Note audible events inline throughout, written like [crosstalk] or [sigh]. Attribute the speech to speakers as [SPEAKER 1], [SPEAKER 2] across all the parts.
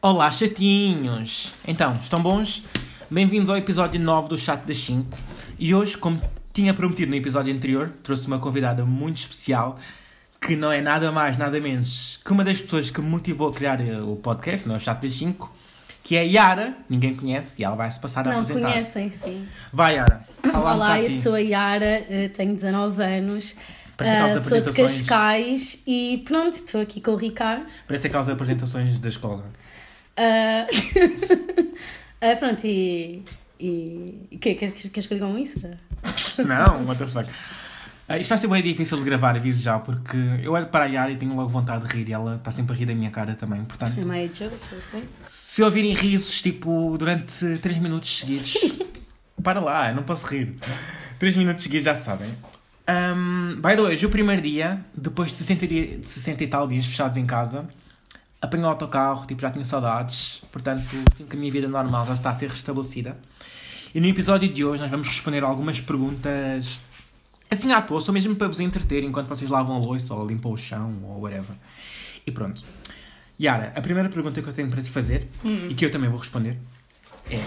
[SPEAKER 1] Olá, chatinhos! Então, estão bons? Bem-vindos ao episódio 9 do Chat das 5. E hoje, como tinha prometido no episódio anterior, trouxe uma convidada muito especial que não é nada mais, nada menos que uma das pessoas que me motivou a criar eh, o podcast, não é o Chat das 5, que é a Yara. Ninguém conhece e ela vai se passar a
[SPEAKER 2] Não,
[SPEAKER 1] apresentar.
[SPEAKER 2] conhecem, sim.
[SPEAKER 1] Vai, Yara. Fala um
[SPEAKER 2] Olá, eu
[SPEAKER 1] bocadinho.
[SPEAKER 2] sou a Yara, eh, tenho 19 anos,
[SPEAKER 1] Parece aquelas
[SPEAKER 2] eh, sou de
[SPEAKER 1] apresentações.
[SPEAKER 2] Cascais e pronto, estou aqui com o Ricardo.
[SPEAKER 1] Parece aquelas apresentações da escola.
[SPEAKER 2] Eh, [laughs] eh, pronto, e. e que, que, que, queres que eu diga um Insta?
[SPEAKER 1] [laughs] Não, what the fuck. Ah, isto vai ser bem difícil de gravar, aviso já, porque eu olho para a Yara e tenho logo vontade de rir e ela está sempre a rir da minha cara também.
[SPEAKER 2] É
[SPEAKER 1] Portanto,
[SPEAKER 2] meio joke, assim.
[SPEAKER 1] se ouvirem risos, tipo, durante 3 minutos seguidos, para lá, eu não posso rir. 3 minutos seguidos já sabem. Um, by the way, hoje é o primeiro dia, depois de 60, dia- de 60 e tal dias fechados em casa, apanhei o autocarro, tipo, já tinha saudades, portanto, sinto que a minha vida normal já está a ser restabelecida. E no episódio de hoje nós vamos responder algumas perguntas assim à toa, só mesmo para vos entreter enquanto vocês lavam a louça ou limpam o chão ou whatever. E pronto. Yara, a primeira pergunta que eu tenho para te fazer
[SPEAKER 2] Hum.
[SPEAKER 1] e que eu também vou responder é: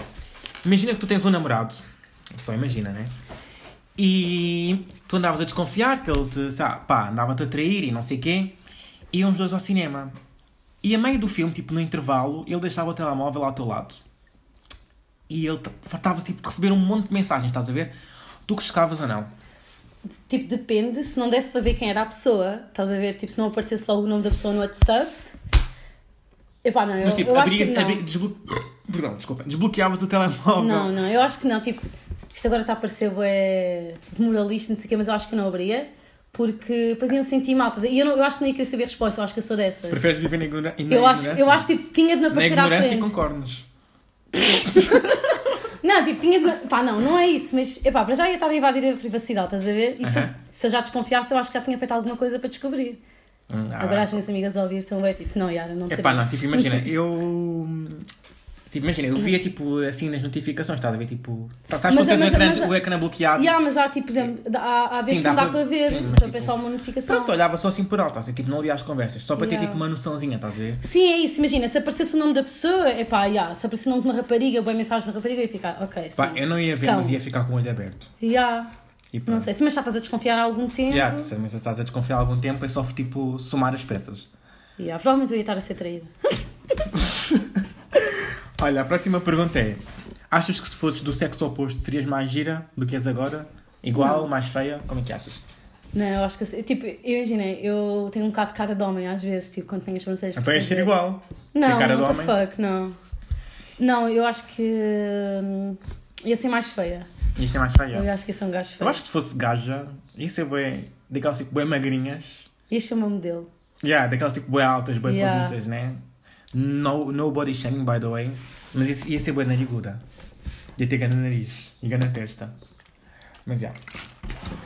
[SPEAKER 1] Imagina que tu tens um namorado, só imagina, né? E tu andavas a desconfiar que ele te, sei lá, pá, andava-te a trair e não sei quê, e iam os dois ao cinema. E a meio do filme, tipo no intervalo, ele deixava o telemóvel ao teu lado. E ele t- fartava-se tipo, de receber um monte de mensagens, estás a ver? Tu que checavas ou não.
[SPEAKER 2] Tipo, depende, se não desse para ver quem era a pessoa, estás a ver? Tipo, se não aparecesse logo o nome da pessoa no WhatsApp. Epá, não, eu,
[SPEAKER 1] Mas tipo,
[SPEAKER 2] eu acho que
[SPEAKER 1] abrias,
[SPEAKER 2] não.
[SPEAKER 1] abri- desblo- Perdão, desculpa. Desbloqueavas o telemóvel.
[SPEAKER 2] Não, não, eu acho que não, tipo, isto agora está a parecer bué, tipo, moralista, não sei o quê, mas eu acho que eu não abria, porque depois iam sentir mal, estás a- e eu, não, eu acho que não ia querer saber a resposta, eu acho que eu sou dessas.
[SPEAKER 1] Preferes viver na, ignora... na
[SPEAKER 2] Eu acho,
[SPEAKER 1] ignorância?
[SPEAKER 2] eu acho, tipo, tinha de
[SPEAKER 1] Na
[SPEAKER 2] me aparecer à
[SPEAKER 1] ignorância e
[SPEAKER 2] frente.
[SPEAKER 1] com cornos.
[SPEAKER 2] Não, tipo, tinha de me... Pá, não, não é isso, mas, epá, para já ia estar a invadir a privacidade, estás a ver? E se,
[SPEAKER 1] Aham.
[SPEAKER 2] se eu já desconfiasse, eu acho que já tinha feito alguma coisa para descobrir.
[SPEAKER 1] Hum, ah,
[SPEAKER 2] agora as minhas amigas a ouvir estão bué, tipo, não, Yara, não
[SPEAKER 1] Epá,
[SPEAKER 2] teria.
[SPEAKER 1] não, tipo, imagina,
[SPEAKER 2] [laughs]
[SPEAKER 1] eu. Tipo, imagina, eu via tipo assim nas notificações, estás a ver? Tipo. tá- Sabes quando
[SPEAKER 2] Mas-
[SPEAKER 1] tens o
[SPEAKER 2] mas-
[SPEAKER 1] ecrã,
[SPEAKER 2] mas-
[SPEAKER 1] o ecrã bloqueado?
[SPEAKER 2] Yeah, mas há, tipo, por exemplo, há, há vezes
[SPEAKER 1] Sim,
[SPEAKER 2] que não
[SPEAKER 1] dá
[SPEAKER 2] dá
[SPEAKER 1] para-
[SPEAKER 2] para ver,
[SPEAKER 1] sim, mas,
[SPEAKER 2] só
[SPEAKER 1] tipo,
[SPEAKER 2] pensar uma notificação.
[SPEAKER 1] Pronto, olhava só assim por alto, assim, tipo, não lia as conversas, só para ter
[SPEAKER 2] Yeah.
[SPEAKER 1] tipo uma noçãozinha, estás a ver?
[SPEAKER 2] Sim, é isso, imagina, se aparecesse o nome da pessoa, epá, yeah, se aparecesse o nome de uma rapariga, boa mensagem de uma rapariga, eu ia ficar, ok, sim.
[SPEAKER 1] Pá, eu não ia ver,
[SPEAKER 2] Cão.
[SPEAKER 1] mas ia ficar com o olho aberto.
[SPEAKER 2] Yeah,
[SPEAKER 1] E
[SPEAKER 2] não
[SPEAKER 1] pronto.
[SPEAKER 2] sei, se mas já estás a desconfiar há algum tempo,
[SPEAKER 1] Yeah, se- mas se estás a desconfiar há algum tempo, é só tipo somar as peças.
[SPEAKER 2] yeah, provavelmente eu ia estar a ser traída.
[SPEAKER 1] Olha, a próxima pergunta é: achas que se fosses do sexo oposto serias mais gira do que és agora? Igual, mais feia? Como é que achas?
[SPEAKER 2] Não, eu acho que, eu- tipo, imagina, eu tenho um bocado de cara de homem às vezes, tipo, quando tenho as sobrancelhas...
[SPEAKER 1] Então és ser igual. Tem
[SPEAKER 2] Uhum. Não,
[SPEAKER 1] cara de
[SPEAKER 2] what the
[SPEAKER 1] homem.
[SPEAKER 2] fuck, não. Não, eu acho que hum, ia ser mais feia.
[SPEAKER 1] Isto é mais feia.
[SPEAKER 2] Eu acho que ia ser um gajo
[SPEAKER 1] Eu
[SPEAKER 2] feio.
[SPEAKER 1] acho que se fosse gaja, ia ser bem. daquelas tipo bem magrinhas.
[SPEAKER 2] Ia ser o meu modelo.
[SPEAKER 1] Yeah, daquelas tipo bem altas, bem
[SPEAKER 2] Yeah.
[SPEAKER 1] bonitas, né? No, no body shaming, by the way. Mas ia, ia ser bem nariguda. Ia ter grande nariz e grande testa. Mas já.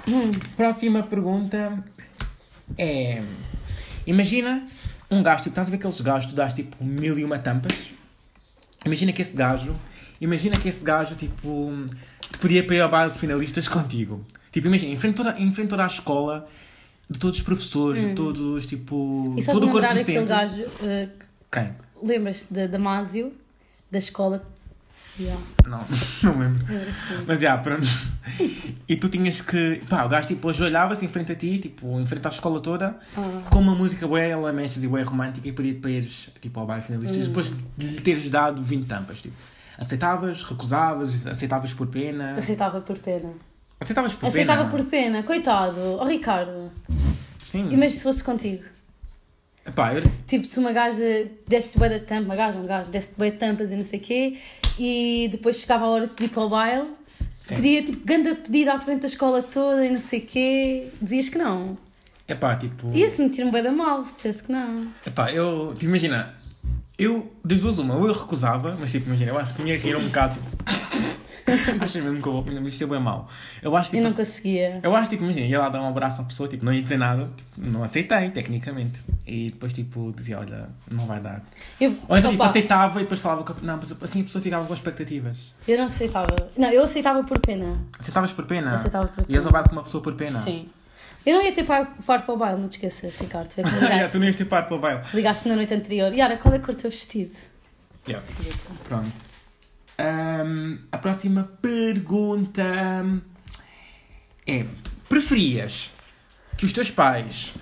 [SPEAKER 2] Hum.
[SPEAKER 1] Próxima pergunta é. Imagina um gajo, tipo, estás a ver aqueles gajos, que tu dás tipo mil e uma tampas. Imagina que esse gajo, imagina que esse gajo, tipo, te podia para ir ao baile de finalistas contigo. Tipo, imagina, em frente a toda, em frente a toda a escola, de todos os professores, de todos, tipo,
[SPEAKER 2] Hum. E só de
[SPEAKER 1] todo o corpo
[SPEAKER 2] lembrar
[SPEAKER 1] docente.
[SPEAKER 2] aquele gajo eh,
[SPEAKER 1] Quem?
[SPEAKER 2] Lembras-te da Damásio, da escola? Yeah,
[SPEAKER 1] Não, [laughs] não lembro.
[SPEAKER 2] lembras-te.
[SPEAKER 1] Mas já, pronto. E tu tinhas que. Pá, o gajo tipo ajoelhava-se em frente a ti, tipo, em frente à escola toda,
[SPEAKER 2] Ah.
[SPEAKER 1] com uma música boa, ela mexas e boa romântica e pedia-te para ires tipo, ao baile
[SPEAKER 2] Hum.
[SPEAKER 1] finalistas, depois de lhe teres dado 20 tampas. Tipo. Aceitavas, recusavas, aceitavas por pena.
[SPEAKER 2] Aceitava por pena.
[SPEAKER 1] Aceitavas por
[SPEAKER 2] Aceitava
[SPEAKER 1] pena.
[SPEAKER 2] por pena, coitado. Oh Ricardo,
[SPEAKER 1] Sim.
[SPEAKER 2] e mas se fosse contigo?
[SPEAKER 1] Pá, eu...
[SPEAKER 2] Tipo, se uma gaja deste bué da tampa, uma gaja, um gajo, deste bué de tampas e não sei o quê, e depois chegava a hora de ir para o baile,
[SPEAKER 1] Sim.
[SPEAKER 2] pedia tipo ganda pedida à frente da escola toda e não sei o quê, dizias que não.
[SPEAKER 1] Epá, tipo.
[SPEAKER 2] Ia-se meter um bué da mal se dissesse que não.
[SPEAKER 1] Epá, eu. Tipo, imagina. Eu, das duas, uma, ou eu recusava, mas tipo, imagina, eu acho que me ia rir um bocado. [laughs] tipo, Achas mesmo que eu vou. Mas isto é bem mau. Eu acho
[SPEAKER 2] Eu
[SPEAKER 1] tipo,
[SPEAKER 2] não conseguia.
[SPEAKER 1] Eu acho, tipo, imagina, ia lá dar um abraço à pessoa, tipo, não ia dizer nada, tipo, não aceitei, tecnicamente. E depois, tipo, dizia, olha, não vai dar.
[SPEAKER 2] Eu,
[SPEAKER 1] Ou então, tipo,
[SPEAKER 2] opa.
[SPEAKER 1] aceitava e depois falava com a... Não, mas assim a pessoa ficava com expectativas.
[SPEAKER 2] Eu não aceitava. Não, eu aceitava por pena.
[SPEAKER 1] Aceitavas por pena?
[SPEAKER 2] Aceitava por pena.
[SPEAKER 1] Ias ao bar com uma pessoa por pena?
[SPEAKER 2] Sim. Eu não ia ter par, par para o
[SPEAKER 1] [laughs]
[SPEAKER 2] baile, não te esqueças, Ricardo. Tu é que me
[SPEAKER 1] Ah, [laughs] yeah,
[SPEAKER 2] ligaste.
[SPEAKER 1] tu não ias ter par para o baile.
[SPEAKER 2] Ligaste na noite anterior. Yara, qual é a cor do é teu vestido?
[SPEAKER 1] Yeah. Pronto. Ahm, a próxima pergunta é: preferias que os teus pais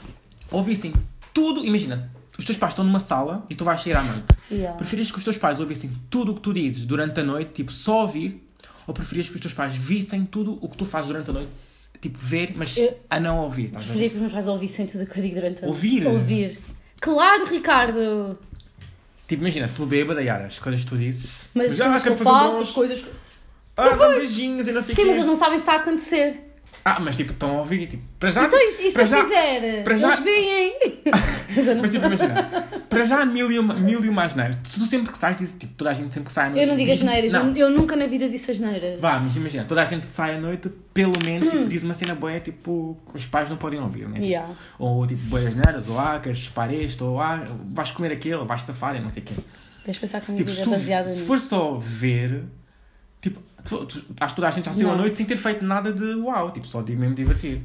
[SPEAKER 1] ouvissem tudo? Imagina, os teus pais estão numa sala e tu vais sair à noite.
[SPEAKER 2] Yeah.
[SPEAKER 1] Preferias que os teus pais ouvissem tudo o que tu dizes durante a noite, tipo só ouvir? Ou preferias que os teus pais vissem tudo o que tu fazes durante a noite, se- tipo ver, mas
[SPEAKER 2] Eu-
[SPEAKER 1] a não ouvir? estás a ver?
[SPEAKER 2] Preferia que os meus pais ouvissem tudo o que eu digo durante a
[SPEAKER 1] Ouvir?
[SPEAKER 2] Ouvir. Claro, Ricardo!
[SPEAKER 1] Tipo, imagina, tu bêbada, Yara, as coisas que tu dizes.
[SPEAKER 2] Mas as
[SPEAKER 1] "Ah,
[SPEAKER 2] coisas que eu
[SPEAKER 1] quero fazer
[SPEAKER 2] faço,
[SPEAKER 1] bons-
[SPEAKER 2] as coisas. que-
[SPEAKER 1] Ah, dá beijinhos e não sei
[SPEAKER 2] Sim,
[SPEAKER 1] quê."
[SPEAKER 2] mas eles não sabem se está a acontecer.
[SPEAKER 1] Ah, mas tipo, estão a ouvir, tipo, para já.
[SPEAKER 2] Então, e se, e se
[SPEAKER 1] para
[SPEAKER 2] eu
[SPEAKER 1] já,
[SPEAKER 2] fizer?
[SPEAKER 1] para já-
[SPEAKER 2] Eles veem! Mas eu
[SPEAKER 1] [laughs]
[SPEAKER 2] não-
[SPEAKER 1] Mas tipo, imagina, para já há mil e, uma- mil e uma asneiras. Tu tu sempre que sais, dizes, tipo, toda a gente sempre que sai à noite.
[SPEAKER 2] Eu não digo as
[SPEAKER 1] diz-
[SPEAKER 2] neiras,
[SPEAKER 1] Não.
[SPEAKER 2] eu, eu nunca na vida disse as neiras.
[SPEAKER 1] Vá, mas imagina, toda a gente que sai à noite, pelo menos,
[SPEAKER 2] Hum.
[SPEAKER 1] tipo, diz uma cena boa, tipo, que os pais não podem ouvir, né? Tipo,
[SPEAKER 2] Yeah.
[SPEAKER 1] Ou tipo, boias neiras, ou ah, queres chupar este, ou ah, vais comer aquele, vais safar, e não sei o quê.
[SPEAKER 2] Deixa pensar que a minha
[SPEAKER 1] Tipo,
[SPEAKER 2] vida
[SPEAKER 1] se,
[SPEAKER 2] é
[SPEAKER 1] tu,
[SPEAKER 2] baseada
[SPEAKER 1] se
[SPEAKER 2] nisso.
[SPEAKER 1] for só ver, tipo, tu, tu, acho que toda a gente já saiu à
[SPEAKER 2] Não.
[SPEAKER 1] noite sem ter feito nada de uau, tipo, só de mesmo divertir.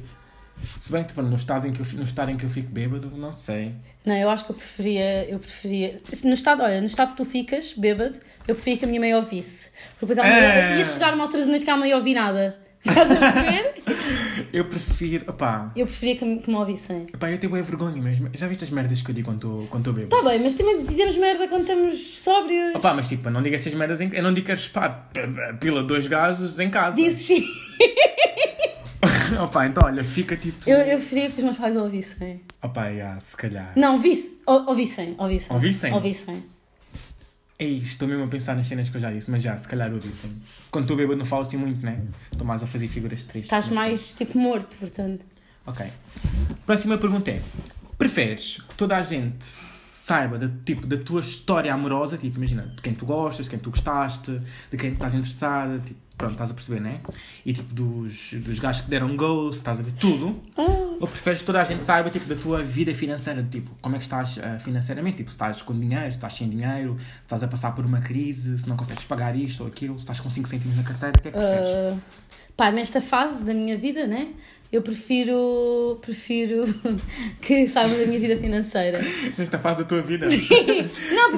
[SPEAKER 1] Se bem que, tipo, no estado em que eu, fi- no estado em que eu fico bêbado, não sei.
[SPEAKER 2] Não, eu acho que eu preferia, eu preferia. No estado, olha, no estado que tu ficas, bêbado, eu preferia que a minha mãe ouvisse. Porque depois à
[SPEAKER 1] É.
[SPEAKER 2] noite- ia chegar uma altura da noite que ela não ia ouvir nada. Estás a perceber?
[SPEAKER 1] [laughs] Eu prefiro, opá,
[SPEAKER 2] eu preferia que, me- que me ouvissem.
[SPEAKER 1] opá, eu tenho bué vergonha mesmo. Já viste as merdas que eu digo quando estou- quando estou bêbado?
[SPEAKER 2] Está Tá bem, mas também dizemos merda quando estamos sóbrios.
[SPEAKER 1] Opá, mas tipo, não diga essas merdas em Eu não digo que eres, pá, p- p- pila dois gases em casa.
[SPEAKER 2] Dizes sim.
[SPEAKER 1] [laughs] Opá, então olha, fica tipo.
[SPEAKER 2] Eu, eu preferia que os meus pais ouvissem.
[SPEAKER 1] Opá, yeah, se calhar.
[SPEAKER 2] Não, visse, ou- ouvissem, ouvissem.
[SPEAKER 1] Ouvissem?
[SPEAKER 2] Ouvissem.
[SPEAKER 1] Ei, estou mesmo a pensar nas cenas que eu já disse, mas já, se calhar eu disse. Quando estou bêbado não falo assim muito, né? Estou mais a fazer figuras tristes.
[SPEAKER 2] Estás
[SPEAKER 1] mas
[SPEAKER 2] mais tipo morto, portanto.
[SPEAKER 1] pronto. Ok. Próxima pergunta é: preferes que toda a gente saiba da, tipo, da tua história amorosa, tipo, imagina, de quem tu gostas, de quem tu gostaste, de quem estás interessada, tipo, pronto, estás a perceber, né? E tipo, dos, dos gajos que deram goals, estás a ver tudo.
[SPEAKER 2] Ah,
[SPEAKER 1] Ou preferes que toda a gente saiba tipo, da tua vida financeira, tipo, como é que estás ah, financeiramente, tipo, se estás com dinheiro, se estás sem dinheiro, se estás a passar por uma crise, se não consegues pagar isto ou aquilo, se estás com 5 cêntimos na carteira, o que é que preferes?
[SPEAKER 2] ah, pá, nesta fase da minha vida, né? Eu prefiro, prefiro [laughs] que saibam da minha vida financeira.
[SPEAKER 1] Nesta fase da tua vida,
[SPEAKER 2] Não,
[SPEAKER 1] tens
[SPEAKER 2] porque,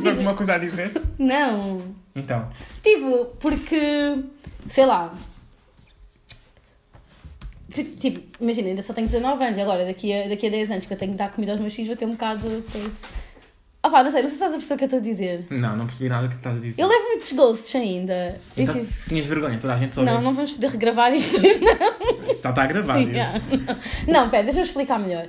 [SPEAKER 2] tipo,
[SPEAKER 1] alguma coisa a dizer?
[SPEAKER 2] não.
[SPEAKER 1] Então,
[SPEAKER 2] Tipo, porque, sei lá. Ti- Tipo, imagina, ainda só tenho 19 anos, agora daqui a, daqui a 10 anos que eu tenho que dar comida aos meus filhos, vou ter um bocado. coisa. Ah pá, não sei, não sei se estás a pessoa que eu estou a dizer.
[SPEAKER 1] não, não percebi nada do que estás a dizer.
[SPEAKER 2] Eu levo muitos gostos ainda. E,
[SPEAKER 1] Então,
[SPEAKER 2] tipo,
[SPEAKER 1] tinhas vergonha, toda a gente soube.
[SPEAKER 2] não, não vamos poder regravar isto [laughs] hoje,
[SPEAKER 1] Isso já está gravado.
[SPEAKER 2] Yeah. [laughs] Não, pera, deixa-me explicar melhor.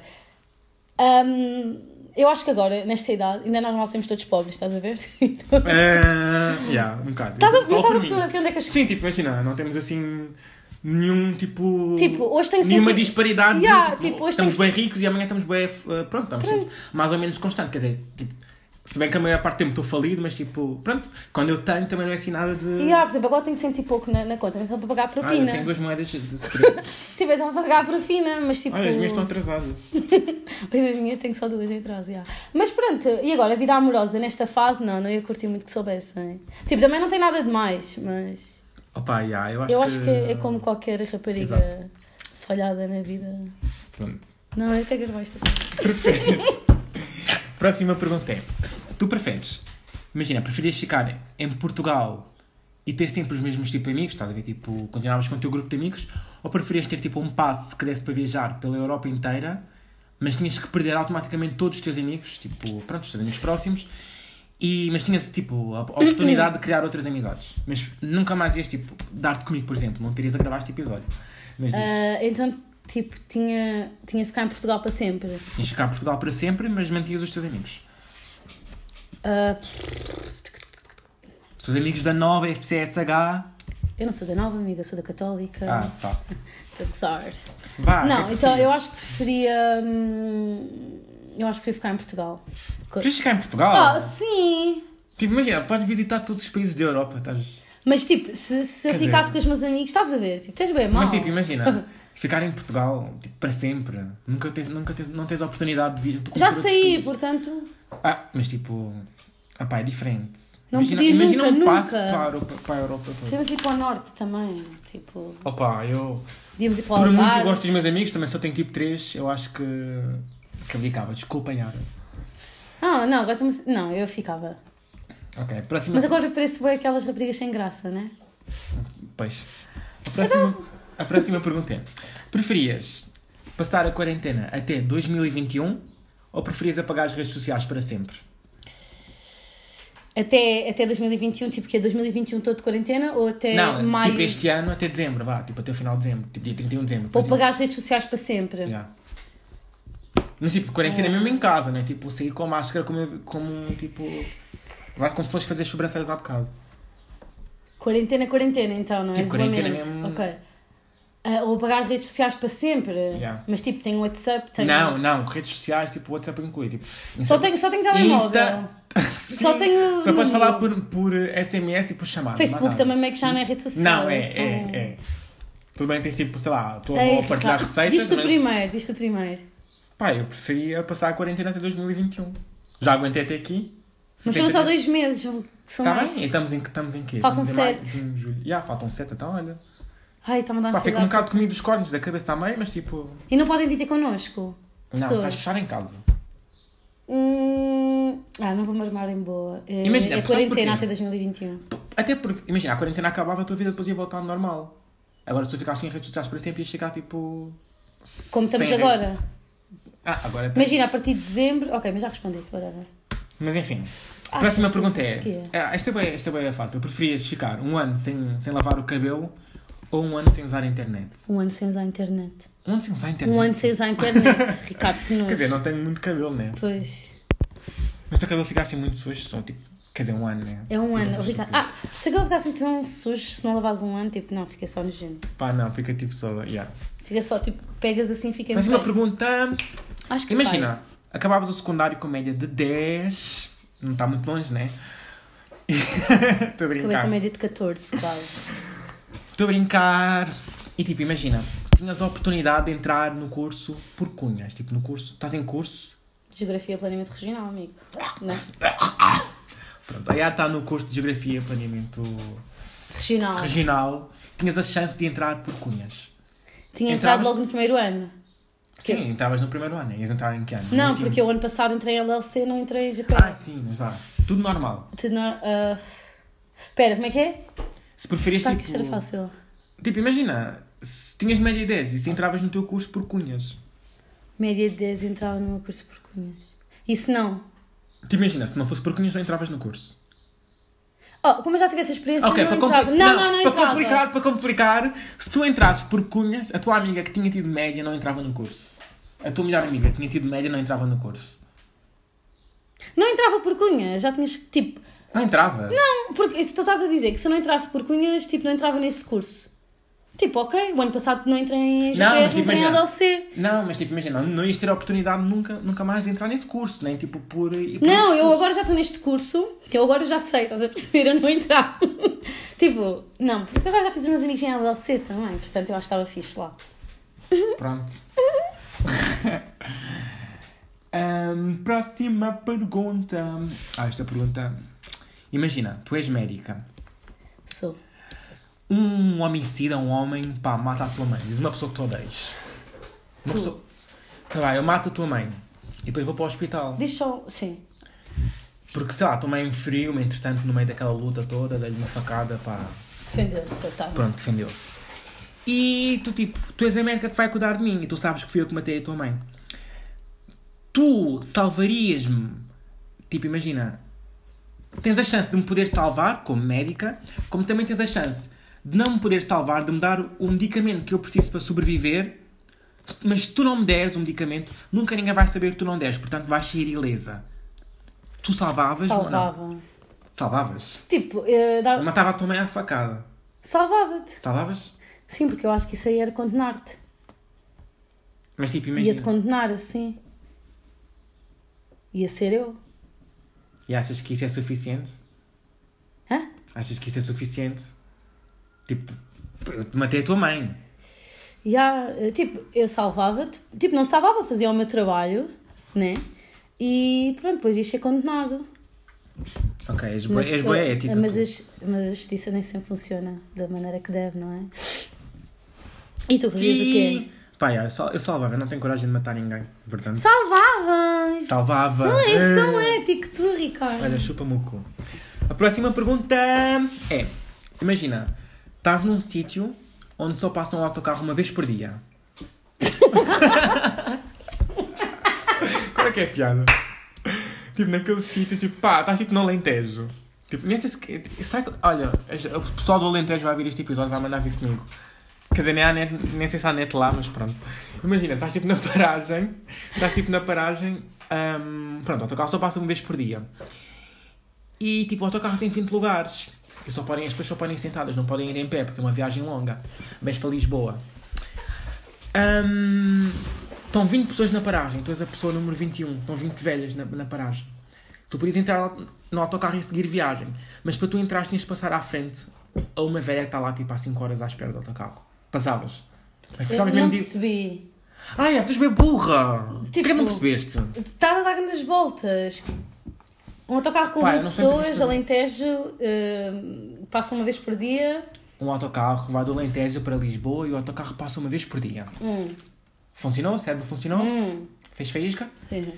[SPEAKER 2] Hum, eu acho que agora, nesta idade, ainda é normal sermos todos pobres, estás a ver? [laughs] Estás
[SPEAKER 1] Ah, yeah, um bocado.
[SPEAKER 2] a,
[SPEAKER 1] Fala
[SPEAKER 2] mas estás
[SPEAKER 1] É, por
[SPEAKER 2] a
[SPEAKER 1] mim.
[SPEAKER 2] perceber que onde é que as
[SPEAKER 1] Sim, tipo, imagina, não temos assim nenhum tipo.
[SPEAKER 2] Tipo, hoje tenho
[SPEAKER 1] Nenhuma
[SPEAKER 2] senti-
[SPEAKER 1] disparidade. de,
[SPEAKER 2] Yeah,
[SPEAKER 1] tipo,
[SPEAKER 2] tipo, hoje
[SPEAKER 1] estamos
[SPEAKER 2] tenho
[SPEAKER 1] bem ricos e amanhã estamos bem. eh, pronto, estamos
[SPEAKER 2] Pronto.
[SPEAKER 1] sempre mais ou menos constante. Quer dizer, tipo, se bem que a maior parte do tempo estou falido, mas tipo, pronto, quando eu tenho também não é assim nada de.
[SPEAKER 2] E ah, por exemplo, agora tenho 100 e pouco na, na conta, mas é só para pagar a
[SPEAKER 1] ah, eu
[SPEAKER 2] propina.
[SPEAKER 1] tenho duas moedas de
[SPEAKER 2] [laughs]
[SPEAKER 1] de três.
[SPEAKER 2] Se tivesse a pagar a propina, mas tipo.
[SPEAKER 1] Olha, as minhas estão atrasadas.
[SPEAKER 2] Pois as minhas tenho só duas em trás, já. Mas pronto, e agora, a vida amorosa nesta fase, não, não ia curtir muito que soubessem. Tipo, também não tem nada de mais, mas.
[SPEAKER 1] Opa, yeah, eu acho
[SPEAKER 2] eu
[SPEAKER 1] que.
[SPEAKER 2] acho que é como qualquer rapariga
[SPEAKER 1] Exato.
[SPEAKER 2] falhada na vida.
[SPEAKER 1] Pronto.
[SPEAKER 2] Não, eu quero gravar isto.
[SPEAKER 1] Preferes. Próxima pergunta é: Tu preferes? Imagina, preferias ficar em Portugal e ter sempre os mesmos tipo de amigos, estás a ver? Tipo, continuavas com o teu grupo de amigos, ou preferias ter tipo um passe que desse para viajar pela Europa inteira, mas tinhas que perder automaticamente todos os teus amigos, tipo, pronto, os teus amigos próximos, e, mas tinhas tipo a oportunidade de criar outras amizades, mas nunca mais ias tipo dar-te comigo, por exemplo, não terias a gravar este episódio. Mas diz,
[SPEAKER 2] Ah, então, tipo, tinha, tinha de ficar em Portugal para sempre.
[SPEAKER 1] tinhas que ficar em Portugal para sempre, mas mantinhas os teus amigos.
[SPEAKER 2] Ah,
[SPEAKER 1] Os teus amigos da nova FCSH.
[SPEAKER 2] eu não sou da Nova Amiga, sou da Católica.
[SPEAKER 1] Ah, tá.
[SPEAKER 2] Estou a gozar.
[SPEAKER 1] Vá, é
[SPEAKER 2] Não, então eu acho que preferia. hum, eu acho que preferia ficar em Portugal. Co-
[SPEAKER 1] Queres ficar em Portugal?
[SPEAKER 2] Ah, sim!
[SPEAKER 1] Tipo, imagina, podes visitar todos os países da Europa, estás.
[SPEAKER 2] Mas tipo, se, se eu
[SPEAKER 1] Quer
[SPEAKER 2] ficasse
[SPEAKER 1] dizer-
[SPEAKER 2] com os meus amigos, estás a ver? Tipo, tens bem mal.
[SPEAKER 1] Mas tipo,
[SPEAKER 2] [laughs]
[SPEAKER 1] imagina, ficar em Portugal, tipo, para sempre. Nunca tens, nunca tens, não tens a oportunidade de vir. tu conhecer
[SPEAKER 2] Já
[SPEAKER 1] outros
[SPEAKER 2] saí,
[SPEAKER 1] países.
[SPEAKER 2] portanto.
[SPEAKER 1] Ah, mas tipo. Ah, pá, é diferente.
[SPEAKER 2] Não podia
[SPEAKER 1] imagina
[SPEAKER 2] nunca,
[SPEAKER 1] um passo
[SPEAKER 2] nunca.
[SPEAKER 1] para a Europa, para a Europa toda.
[SPEAKER 2] Podíamos ir para o norte também. Tipo,
[SPEAKER 1] Opa, eu.
[SPEAKER 2] podíamos ir para o
[SPEAKER 1] Por muito que
[SPEAKER 2] Algarve.
[SPEAKER 1] gosto dos meus amigos, também só tenho tipo 3, eu acho que. que abdicava. Desculpa, Yara.
[SPEAKER 2] Ah, não, agora estamos. Não, eu ficava.
[SPEAKER 1] Ok, próxima.
[SPEAKER 2] Mas agora parece bem aquelas raparigas sem graça, né?
[SPEAKER 1] Pois. A próxima, a próxima pergunta é: preferias passar a quarentena até 2021 ou preferias apagar as redes sociais para sempre?
[SPEAKER 2] Até, até 2021, tipo que é 2021 todo de quarentena ou até
[SPEAKER 1] Não,
[SPEAKER 2] maio?
[SPEAKER 1] tipo este ano até dezembro, vá, tipo até o final de dezembro, tipo dia 31 de dezembro.
[SPEAKER 2] Ou
[SPEAKER 1] depois,
[SPEAKER 2] pagar as redes sociais para sempre.
[SPEAKER 1] tipo, yeah. Mas tipo, quarentena mesmo em casa, né? Tipo, sair com a máscara como, eu- como tipo. Vai como se fosse fazer as sobrancelhas há bocado.
[SPEAKER 2] Quarentena, quarentena, então, não é?
[SPEAKER 1] Tipo, quarentena
[SPEAKER 2] Isolamento.
[SPEAKER 1] mesmo.
[SPEAKER 2] Ok. Ah, ou apagar as redes sociais para sempre.
[SPEAKER 1] Yeah.
[SPEAKER 2] Mas tipo, tenho WhatsApp, tenho.
[SPEAKER 1] Não, não, redes sociais, tipo WhatsApp incluído. Tipo,
[SPEAKER 2] Só
[SPEAKER 1] Insta-
[SPEAKER 2] tenho, só tenho telemóvel.
[SPEAKER 1] Sim.
[SPEAKER 2] [laughs] Só tenho
[SPEAKER 1] Só podes
[SPEAKER 2] número.
[SPEAKER 1] falar por, por eh, SMS e por chamada.
[SPEAKER 2] Facebook
[SPEAKER 1] mais nada.
[SPEAKER 2] também meio que já não é rede social.
[SPEAKER 1] Não, é,
[SPEAKER 2] são-
[SPEAKER 1] é, é. Tudo bem, tens tipo, sei lá, estou
[SPEAKER 2] Ei,
[SPEAKER 1] a partilhar
[SPEAKER 2] Ricardo,
[SPEAKER 1] receitas.
[SPEAKER 2] Diz-te o
[SPEAKER 1] mas-
[SPEAKER 2] primeiro, diz-te o primeiro.
[SPEAKER 1] Pá, eu preferia passar a quarentena até 2021. Já aguentei até aqui.
[SPEAKER 2] Mas foram só dois meses, João.
[SPEAKER 1] Está
[SPEAKER 2] São
[SPEAKER 1] Tá bem?
[SPEAKER 2] mais.
[SPEAKER 1] E estamos em, estamos em quê?
[SPEAKER 2] Faltam
[SPEAKER 1] estamos em maio,
[SPEAKER 2] sete. Ah,
[SPEAKER 1] junho, julho. Já, faltam sete, então olha.
[SPEAKER 2] Ai, está-me a dar
[SPEAKER 1] Pá, fico um
[SPEAKER 2] ansiedade.
[SPEAKER 1] bocado comido os cornos da cabeça à meio, mas tipo.
[SPEAKER 2] E não podem vir ter connosco?
[SPEAKER 1] Não, tá estás
[SPEAKER 2] Pessoas.
[SPEAKER 1] fechado em casa.
[SPEAKER 2] Hum, Ah, não vou marmar em boa. É,
[SPEAKER 1] Imagina,
[SPEAKER 2] é
[SPEAKER 1] sabes porquê?
[SPEAKER 2] quarentena até 2021.
[SPEAKER 1] Até porque, imagina, a quarentena acabava, a tua vida depois ia voltar ao normal. Agora, se tu ficares sem redes sociais para sempre, ias ficar tipo.
[SPEAKER 2] Como estamos
[SPEAKER 1] sem
[SPEAKER 2] agora.
[SPEAKER 1] redes. Ah, agora tem.
[SPEAKER 2] Imagina, a partir de dezembro. Ok, mas já respondi, whatever.
[SPEAKER 1] Mas enfim. A
[SPEAKER 2] Achas
[SPEAKER 1] próxima
[SPEAKER 2] que
[SPEAKER 1] pergunta
[SPEAKER 2] eu
[SPEAKER 1] é.
[SPEAKER 2] conseguia?
[SPEAKER 1] Ah, Esta é bem, esta é bem fácil. Preferias ficar um ano sem, sem lavar o cabelo ou um ano sem usar a internet?
[SPEAKER 2] Um ano sem usar a internet.
[SPEAKER 1] Um ano sem usar a internet?
[SPEAKER 2] Um ano sem usar a
[SPEAKER 1] [laughs]
[SPEAKER 2] internet, Ricardo, que nojo.
[SPEAKER 1] Quer dizer, não tenho muito cabelo, né?
[SPEAKER 2] Pois.
[SPEAKER 1] Mas o teu cabelo fica assim muito sujo, só tipo. Quer dizer, um ano, né?
[SPEAKER 2] É um ano,
[SPEAKER 1] Fica estúpido.
[SPEAKER 2] Ricardo. Ah, se aquele ficar assim tão sujo, se não lavas um ano, tipo, não, fica só nojento.
[SPEAKER 1] Pá, não, fica tipo só. Yeah.
[SPEAKER 2] Fica só, tipo, pegas assim, fica.
[SPEAKER 1] Mais uma
[SPEAKER 2] bem.
[SPEAKER 1] pergunta.
[SPEAKER 2] Acho que
[SPEAKER 1] Imagina, acabavas o secundário com média de 10. Não está muito longe, né? [laughs] Estou a
[SPEAKER 2] vai. Acabei
[SPEAKER 1] brincar.
[SPEAKER 2] com média de 14, quase.
[SPEAKER 1] Estou a brincar. E tipo, imagina, tinhas a oportunidade de entrar no curso por cunhas. Tipo, no curso, estás em curso.
[SPEAKER 2] Geografia e planeamento regional, amigo. Não?
[SPEAKER 1] Pronto, aí está no curso de Geografia e Planeamento
[SPEAKER 2] Regional.
[SPEAKER 1] Regional. Tinhas a chance de entrar por cunhas.
[SPEAKER 2] Tinha
[SPEAKER 1] Entravas-
[SPEAKER 2] entrado logo no primeiro ano. Que-
[SPEAKER 1] Sim, entravas no primeiro ano. Ias entrar em que ano? No
[SPEAKER 2] Não,
[SPEAKER 1] último?
[SPEAKER 2] porque eu ano passado entrei em LLC, não entrei em GP.
[SPEAKER 1] Ah, sim, mas vá. Tudo normal.
[SPEAKER 2] ah, Espera, como é que é?
[SPEAKER 1] Se preferires,
[SPEAKER 2] Sabe
[SPEAKER 1] tipo...
[SPEAKER 2] que isto era fácil.
[SPEAKER 1] Tipo, imagina, se tinhas média 10 e se entravas no teu curso por cunhas.
[SPEAKER 2] Média de 10 entrava no meu curso por cunhas. Isso não.
[SPEAKER 1] Tipo, imagina, se não fosse por cunhas, não entravas no curso.
[SPEAKER 2] Oh, como eu já tive essa experiência,
[SPEAKER 1] Ok,
[SPEAKER 2] não
[SPEAKER 1] para,
[SPEAKER 2] entrava.
[SPEAKER 1] compli-
[SPEAKER 2] Não, não, não
[SPEAKER 1] para
[SPEAKER 2] entrava.
[SPEAKER 1] complicar, para complicar, se tu entrasses por cunhas, a tua amiga que tinha tido média não entrava no curso. A tua melhor amiga que tinha tido média não entrava no curso.
[SPEAKER 2] Não entrava por cunhas, já tinhas, tipo...
[SPEAKER 1] Não entrava? Não.
[SPEAKER 2] Porque se tu estás a dizer que se eu não entrasse por cunhas, tipo, não entrava nesse curso. Tipo, ok, o ano passado não entrei em
[SPEAKER 1] Não, mas
[SPEAKER 2] GPR, não entrei em
[SPEAKER 1] imagina.
[SPEAKER 2] LLC.
[SPEAKER 1] mas tipo, imagina, não ias ter a oportunidade nunca, nunca mais de entrar nesse curso, nem tipo por. e por
[SPEAKER 2] Não,
[SPEAKER 1] esse
[SPEAKER 2] eu
[SPEAKER 1] curso.
[SPEAKER 2] agora já estou neste curso, que eu agora já sei, estás a perceber? Eu não entrar. [laughs] tipo, não, porque agora já fiz os meus amigos em LLC também, portanto eu acho que estava fixe lá.
[SPEAKER 1] Pronto. [laughs] Ahm, próxima pergunta. Ah, esta pergunta. Imagina, tu és médica.
[SPEAKER 2] Sou.
[SPEAKER 1] Um homicida, um homem, pá, mata a tua mãe. Diz uma pessoa que tu odeias. Uma
[SPEAKER 2] Tu.
[SPEAKER 1] pessoa. Tá lá, eu mato a tua mãe. E depois vou para o hospital.
[SPEAKER 2] Diz só, sim.
[SPEAKER 1] Porque sei lá, a tua mãe é feriu-me, entretanto, no meio daquela luta toda, dei-lhe uma facada, pá.
[SPEAKER 2] Defendeu-se, coitado.
[SPEAKER 1] Pronto, defendeu-se. E tu, tipo, tu és a médica que vai cuidar de mim e tu sabes que fui eu que matei a tua mãe. Tu salvarias-me. Tipo, imagina. Tens a chance de me poder salvar, como médica, como também tens a chance de não me poder salvar, de me dar o medicamento que eu preciso para sobreviver. Mas se tu não me deres o medicamento, nunca ninguém vai saber que tu não deres, portanto vais sair ilesa. Tu salvavas? ou Não?
[SPEAKER 2] Salvava.
[SPEAKER 1] Salvavas.
[SPEAKER 2] Tipo, eh,
[SPEAKER 1] Eu
[SPEAKER 2] dava-
[SPEAKER 1] matava a tua mãe à facada.
[SPEAKER 2] salvava-te.
[SPEAKER 1] Salvavas?
[SPEAKER 2] Sim, porque eu acho que isso aí era condenar-te.
[SPEAKER 1] Mas tipo, imagina.
[SPEAKER 2] Ia-te condenar, assim. Ia ser eu.
[SPEAKER 1] E achas que isso é suficiente?
[SPEAKER 2] Hã?
[SPEAKER 1] Achas que isso é suficiente? Tipo, eu te matei a tua mãe.
[SPEAKER 2] Já, eh, tipo, eu salvava-te. Tipo, não te salvava, fazia o meu trabalho, né? E pronto, depois ia ser condenado.
[SPEAKER 1] Ok, és boa, és
[SPEAKER 2] eh,
[SPEAKER 1] boa ética.
[SPEAKER 2] Mas
[SPEAKER 1] tu.
[SPEAKER 2] a, jus- mas a justiça nem sempre funciona da maneira que deve, não é? E tu fazias o quê?
[SPEAKER 1] Ti- Pá, yeah, eu sal- eu salvava, eu não tenho coragem de matar ninguém. Portanto,
[SPEAKER 2] Salvavas!
[SPEAKER 1] salvava.
[SPEAKER 2] Não és tão
[SPEAKER 1] Ah.
[SPEAKER 2] ético tu, Ricardo.
[SPEAKER 1] Olha, chupa-me o cu. A próxima pergunta é: Imagina, estás num sítio onde só passa um autocarro uma vez por dia. Qual é que é a piada? Tipo, naqueles sítios, tipo, pá, estás tipo no Alentejo. Tipo, nem sei se. que- Sabe, que- olha, o pessoal do Alentejo vai ver este episódio, vai mandar vir comigo. Quer dizer, nem, há net, nem sei se há net lá, mas pronto. Imagina, estás tipo na [laughs] paragem, estás tipo na paragem, ahm, pronto, o autocarro só passa uma vez por dia. E tipo, o autocarro tem 20 lugares. E só podem, as pessoas só podem ir sentadas, não podem ir em pé, porque é uma viagem longa. Vens para Lisboa. Ahm, estão 20 pessoas na paragem, tu és a pessoa número 21, estão 20 velhas na, na paragem. Tu podias entrar no autocarro e seguir viagem, mas para tu entrar tinhas de passar à frente a uma velha que está lá tipo há 5 horas à espera do autocarro. Passavas. Mas
[SPEAKER 2] Eu
[SPEAKER 1] precisavas
[SPEAKER 2] não
[SPEAKER 1] mesmo de.
[SPEAKER 2] percebi.
[SPEAKER 1] Ai, é, tu és bem burra! Por que
[SPEAKER 2] Tipo-
[SPEAKER 1] não percebeste?
[SPEAKER 2] Estás Tá a dar grandes voltas. Um autocarro com
[SPEAKER 1] Pá,
[SPEAKER 2] 20
[SPEAKER 1] eu não sei é
[SPEAKER 2] pessoas,
[SPEAKER 1] entrevista.
[SPEAKER 2] Alentejo, eh, passa uma vez por dia.
[SPEAKER 1] Um autocarro vai do Alentejo para Lisboa e o autocarro passa uma vez por dia.
[SPEAKER 2] Hum,
[SPEAKER 1] Funcionou? O cérebro funcionou?
[SPEAKER 2] hum.
[SPEAKER 1] Fez faísca?
[SPEAKER 2] Sim.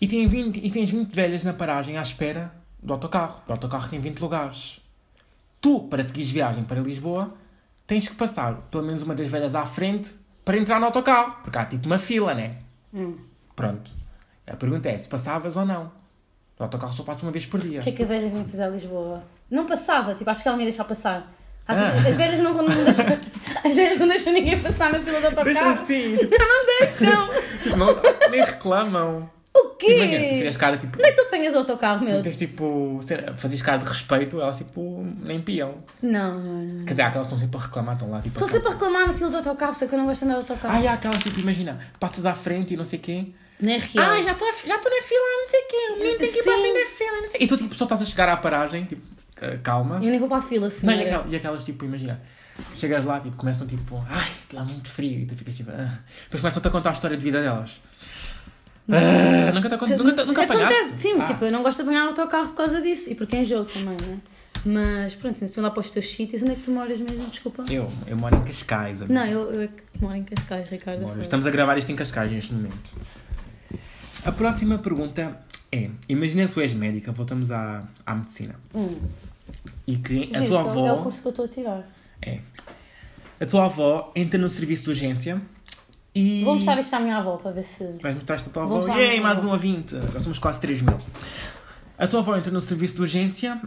[SPEAKER 1] E, tem 20, e tens 20 velhas na paragem à espera do autocarro. O autocarro tem 20 lugares. Tu, para seguires viagem para Lisboa, tens que passar pelo menos uma das velhas à frente para entrar no autocarro. Porque há tipo uma fila, né?
[SPEAKER 2] Hum.
[SPEAKER 1] Pronto. A pergunta é se passavas ou não. O autocarro só passa uma vez por dia.
[SPEAKER 2] O que é que a velha vinha fazer a Lisboa? Não passava, tipo, acho que ela me ia deixar passar. Às
[SPEAKER 1] Ah.
[SPEAKER 2] vezes- As velhas não, não
[SPEAKER 1] [laughs]
[SPEAKER 2] deixam, as velhas não deixam ninguém passar na fila do autocarro.
[SPEAKER 1] Deixa assim. tipo,
[SPEAKER 2] Não deixam!
[SPEAKER 1] não, nem
[SPEAKER 2] [laughs]
[SPEAKER 1] reclamam.
[SPEAKER 2] O quê?
[SPEAKER 1] Imagina, se é tu fizeres cara tipo...
[SPEAKER 2] Onde é que tu apanhas o autocarro, meu?
[SPEAKER 1] Se tens tipo, ser- fazes cara de respeito, elas tipo nem piam.
[SPEAKER 2] Não, não, não.
[SPEAKER 1] Quer dizer, há aquelas que estão sempre a reclamar, estão lá tipo.
[SPEAKER 2] Estão sempre a reclamar na fila do autocarro, porque eu não gosto de andar de autocarro.
[SPEAKER 1] Ah, e há aquelas tipo, imagina, passas à frente e não sei quê.
[SPEAKER 2] Na RL.
[SPEAKER 1] já estou já tô na fila, não sei quê. Nem
[SPEAKER 2] é Sim.
[SPEAKER 1] fila, não sei quê. E tu tipo, só estás a chegar à paragem, tipo, c- calma.
[SPEAKER 2] Eu nem vou para a fila,
[SPEAKER 1] Não,
[SPEAKER 2] senhora.
[SPEAKER 1] e, aquelas, e aquelas, tipo, imagina, chegas lá, tipo, começam tipo, ai, lá muito frio, e tu ficas tipo, ah. depois começam-te a contar a história de vida delas. Ah, nunca te acon- nunca, te- nunca
[SPEAKER 2] Acontece,
[SPEAKER 1] apanhaste?
[SPEAKER 2] sim,
[SPEAKER 1] Ah.
[SPEAKER 2] tipo, eu não gosto de apanhar autocarro por causa disso e porque é enjoo também, né? Mas pronto, assim, se lá para os teus sítios, onde é que tu moras mesmo? Desculpa.
[SPEAKER 1] Eu, eu moro em Cascais, amigo.
[SPEAKER 2] Não, eu, eu é que moro em Cascais, Ricardo.
[SPEAKER 1] Bora,
[SPEAKER 2] foda-se.
[SPEAKER 1] Estamos a gravar isto em Cascais neste momento. A próxima pergunta é: Imagina que tu és médica, voltamos à, à medicina,
[SPEAKER 2] Hum.
[SPEAKER 1] e que a
[SPEAKER 2] Giro,
[SPEAKER 1] tua
[SPEAKER 2] é o- É o
[SPEAKER 1] avó.
[SPEAKER 2] curso que eu estou a tirar.
[SPEAKER 1] É. A tua avó entra no serviço de urgência e.
[SPEAKER 2] Vou mostrar isto à minha avó para ver se.
[SPEAKER 1] Vais mostrar-te a tua
[SPEAKER 2] Vou
[SPEAKER 1] avó.
[SPEAKER 2] mostrar à
[SPEAKER 1] Yay,
[SPEAKER 2] minha
[SPEAKER 1] mais
[SPEAKER 2] avó.
[SPEAKER 1] um ouvinte. Já somos quase 3 mil. A tua avó entra no serviço de urgência,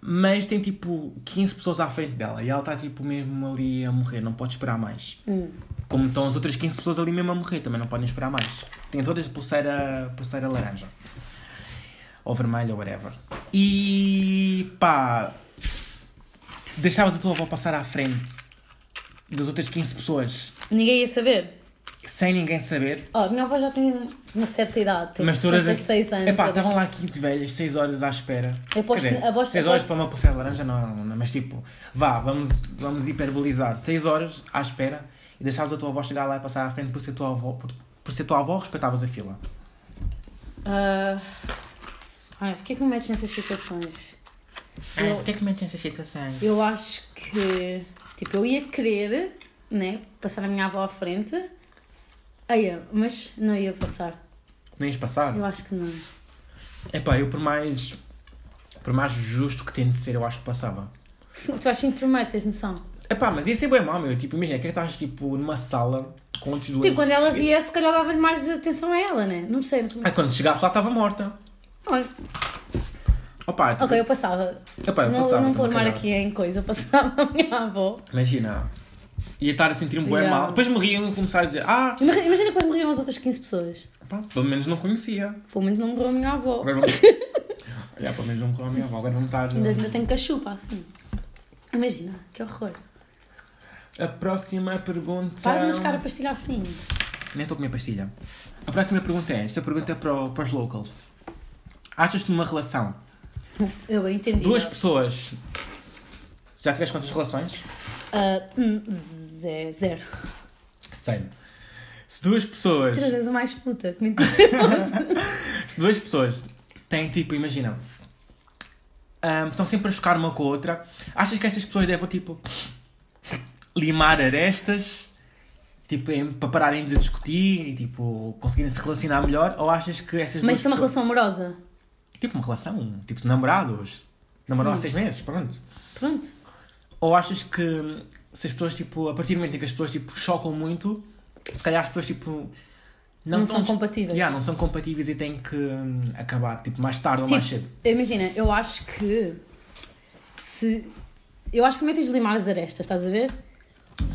[SPEAKER 1] mas tem tipo 15 pessoas à frente dela e ela está tipo mesmo ali a morrer, não pode esperar mais.
[SPEAKER 2] Hum.
[SPEAKER 1] Como estão as outras 15 pessoas ali mesmo a morrer, também não podem esperar mais. Têm todas pulseira, pulseira laranja. Ou vermelha, ou whatever. E pá. Deixavas a tua avó passar à frente das outras 15 pessoas
[SPEAKER 2] Ninguém ia saber.
[SPEAKER 1] sem ninguém saber.
[SPEAKER 2] Ó, a minha avó já tem uma certa idade, tem
[SPEAKER 1] Mas todas as.
[SPEAKER 2] 66 anos.
[SPEAKER 1] Epá,
[SPEAKER 2] todas.
[SPEAKER 1] estavam lá 15 velhas, 6 horas à espera.
[SPEAKER 2] Eu aposto-
[SPEAKER 1] Quer dizer,
[SPEAKER 2] aposto-
[SPEAKER 1] 6 horas
[SPEAKER 2] aposto-
[SPEAKER 1] para uma pulseira laranja, não, não, não, mas tipo, vá, vamos, vamos hiperbolizar. 6 horas à espera e deixavas a tua avó chegar lá e passar à frente por ser tua avó, por, por ser tua avó, respeitavas a fila.
[SPEAKER 2] Ah, Ai, porquê que me metes nessas situações?
[SPEAKER 1] Ai, porquê que metes nessa situação?
[SPEAKER 2] Eu acho que, tipo, eu ia querer, né, passar a minha avó à frente. Aí, mas não ia passar.
[SPEAKER 1] Não ias passar?
[SPEAKER 2] Eu acho que não.
[SPEAKER 1] Epá, eu por mais. Por mais justo que tente ser, eu acho que passava.
[SPEAKER 2] Se- Tu achas em primeiro, tens noção? Tipo,
[SPEAKER 1] Epá, mas ia ser bem mal, meu. Tipo, imagina, que é que estás tipo numa sala com outros dois.
[SPEAKER 2] Tipo, quando ela viesse, se calhar dava-lhe mais atenção a ela, né? Não sei, não sei.
[SPEAKER 1] Ah, quando chegasse lá estava morta.
[SPEAKER 2] Olha,
[SPEAKER 1] Opá, tipo,
[SPEAKER 2] Ok, eu passava.
[SPEAKER 1] Epá, eu
[SPEAKER 2] não,
[SPEAKER 1] passava,
[SPEAKER 2] não vou
[SPEAKER 1] também
[SPEAKER 2] armar
[SPEAKER 1] cagava.
[SPEAKER 2] aqui em coisa, eu passava a minha avó.
[SPEAKER 1] imagina. Ia estar a sentir-me bem
[SPEAKER 2] Yeah.
[SPEAKER 1] mal. Depois morriam e começar a dizer, ah,
[SPEAKER 2] Imagina imagina quando morriam as outras 15 pessoas.
[SPEAKER 1] pá, pelo menos não conhecia.
[SPEAKER 2] Pelo menos não morreu a minha avó.
[SPEAKER 1] Agora vamos. Olha, pelo menos não morreu a minha avó, agora vamos estar.
[SPEAKER 2] [laughs] Ainda, ainda tenho cachupa, assim. Imagina, que horror.
[SPEAKER 1] A próxima pergunta.
[SPEAKER 2] Para de mascar a pastilha assim.
[SPEAKER 1] Nem estou a comer pastilha. A próxima pergunta é: esta pergunta é para, o- para os locals. Achas que numa relação,
[SPEAKER 2] Eu bem entendi.
[SPEAKER 1] duas pessoas. Já tiveste quantas relações?
[SPEAKER 2] Ah, hum, zé- zero.
[SPEAKER 1] Sei. Se duas pessoas.
[SPEAKER 2] Três vezes mais puta, [laughs] que mentira.
[SPEAKER 1] Se duas pessoas têm tipo, imagina. ahm, estão sempre a chocar uma com a outra. Achas que estas pessoas devem tipo. limar arestas? Tipo, em- para pararem de discutir e tipo, conseguirem se relacionar melhor? Ou achas que essas duas
[SPEAKER 2] Mas isso é uma
[SPEAKER 1] pessoas-
[SPEAKER 2] relação amorosa.
[SPEAKER 1] Tipo uma relação, tipo de namorados. Namorou há seis meses, pronto.
[SPEAKER 2] Pronto.
[SPEAKER 1] Ou achas que hum, se as pessoas, tipo, a partir do momento em que as pessoas, tipo, chocam muito, se calhar as pessoas, tipo...
[SPEAKER 2] Não são compatíveis.
[SPEAKER 1] Yeah, não são compatíveis e têm que hum, acabar, tipo, mais tarde ou mais
[SPEAKER 2] Tipo,
[SPEAKER 1] cedo.
[SPEAKER 2] imagina, eu acho que se. Eu acho que primeiro tens de limar as arestas, estás a ver?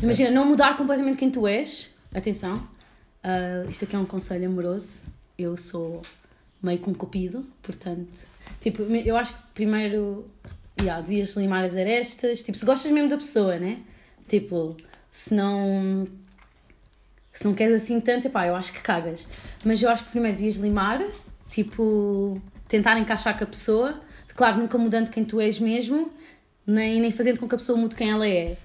[SPEAKER 2] Imagina, não mudar completamente quem tu és. Atenção, ah, isto aqui é um conselho amoroso. Eu sou meio que um cupido, portanto. Tipo, eu acho que primeiro. Yeah, devias limar as arestas. Tipo, se gostas mesmo da pessoa, né? Tipo, se não. Se não queres assim tanto, epá, eu acho que cagas. Mas eu acho que primeiro devias limar, tipo, tentar encaixar com a pessoa. Claro, nunca mudando quem tu és mesmo, nem, nem fazendo com que a pessoa mude quem ela é.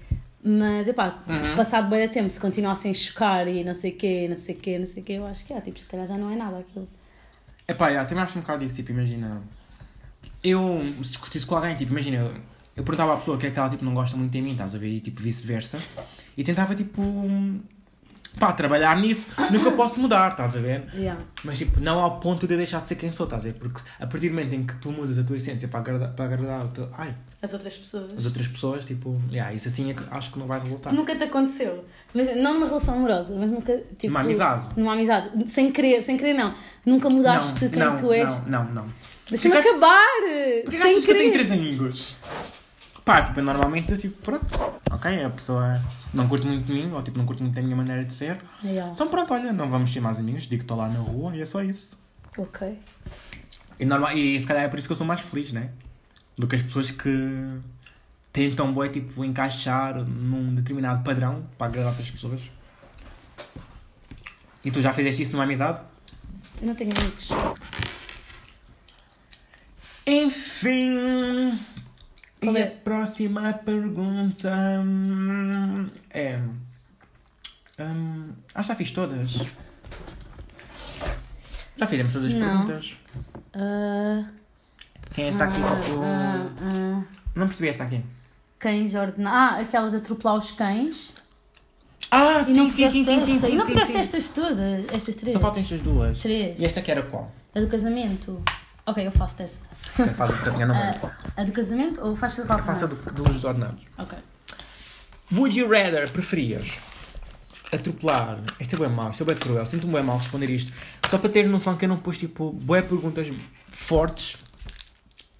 [SPEAKER 2] Mas, epá,
[SPEAKER 1] Uhum.
[SPEAKER 2] passado bem a tempo, se continuassem a chocar e não sei quê, não sei quê, não sei quê, eu acho que, ah, tipo, se calhar já não é nada aquilo.
[SPEAKER 1] Epá, yeah, também acho um bocado disso, tipo, imagina. Eu, se discutisse com alguém, tipo, imagina, eu, eu perguntava à pessoa que é que ela, tipo, não gosta muito de mim, estás a ver, e, tipo, vice-versa, e tentava, tipo, pá, trabalhar nisso, nunca posso mudar, estás a ver?
[SPEAKER 2] Yeah.
[SPEAKER 1] Mas, tipo, não ao ponto de eu deixar de ser quem sou, estás a ver? Porque a partir do momento em que tu mudas a tua essência para agradar, para agradar o teu- ai,
[SPEAKER 3] As outras pessoas.
[SPEAKER 1] as outras pessoas, tipo, yeah, isso assim é que acho que não vai voltar.
[SPEAKER 3] Nunca te aconteceu.
[SPEAKER 2] Ah. Mas não numa relação amorosa, mas nunca, tipo...
[SPEAKER 1] Numa amizade.
[SPEAKER 2] Numa amizade. Sem querer, sem querer não. Nunca mudaste quem
[SPEAKER 1] não,
[SPEAKER 2] tu és.
[SPEAKER 1] Não, não, não.
[SPEAKER 2] Deixa-me
[SPEAKER 1] Ficaste-
[SPEAKER 2] acabar!
[SPEAKER 1] Por que
[SPEAKER 2] Sem
[SPEAKER 1] achas que eu tenho
[SPEAKER 2] querer!
[SPEAKER 1] três amigos? Pá, tipo, normalmente, tipo, pronto, ok, a pessoa não curte muito de mim, ou tipo, não curte muito da minha maneira de ser.
[SPEAKER 2] Yeah.
[SPEAKER 1] Então pronto, olha, não vamos ser mais amigos, digo que estou lá na rua e é só isso.
[SPEAKER 2] Ok.
[SPEAKER 1] E, normal, e se calhar é por isso que eu sou mais feliz, né? Do que as pessoas que tentam, boi, tipo, encaixar num determinado padrão para agradar outras pessoas. E tu já fizeste isso numa amizade?
[SPEAKER 2] Eu não tenho amigos.
[SPEAKER 1] Enfim.
[SPEAKER 2] Qual
[SPEAKER 1] e
[SPEAKER 2] é?
[SPEAKER 1] a próxima pergunta é. hum, ah, já fiz todas. Já fizemos todas as
[SPEAKER 2] Não.
[SPEAKER 1] perguntas.
[SPEAKER 2] Ah,
[SPEAKER 1] Quem é esta aqui? Tipo,
[SPEAKER 2] ah, ah.
[SPEAKER 1] Não percebi esta aqui.
[SPEAKER 2] Cães ordenados. Ah, aquela de atropelar os cães.
[SPEAKER 1] Ah,
[SPEAKER 2] E não
[SPEAKER 1] sim, sim, sim,
[SPEAKER 2] fizeste
[SPEAKER 1] sim, sim,
[SPEAKER 2] esta.
[SPEAKER 1] sim.
[SPEAKER 2] E não
[SPEAKER 1] sim,
[SPEAKER 2] fizeste
[SPEAKER 1] sim.
[SPEAKER 2] estas todas, estas três.
[SPEAKER 1] Só faltam estas duas.
[SPEAKER 2] Três.
[SPEAKER 1] E esta aqui era qual?
[SPEAKER 2] A do casamento. Ok, eu faço dessa.
[SPEAKER 1] Você faz a do casinha, não
[SPEAKER 2] Ah,
[SPEAKER 1] vou.
[SPEAKER 2] a do casamento ou fazes qual?
[SPEAKER 1] Eu faço a do- dos ordenados.
[SPEAKER 2] Ok.
[SPEAKER 1] Would you rather preferias atropelar? Isto é bem mau, isto é bem cruel, sinto-me bem mal responder isto. Só para ter noção que eu não pus tipo boé perguntas fortes.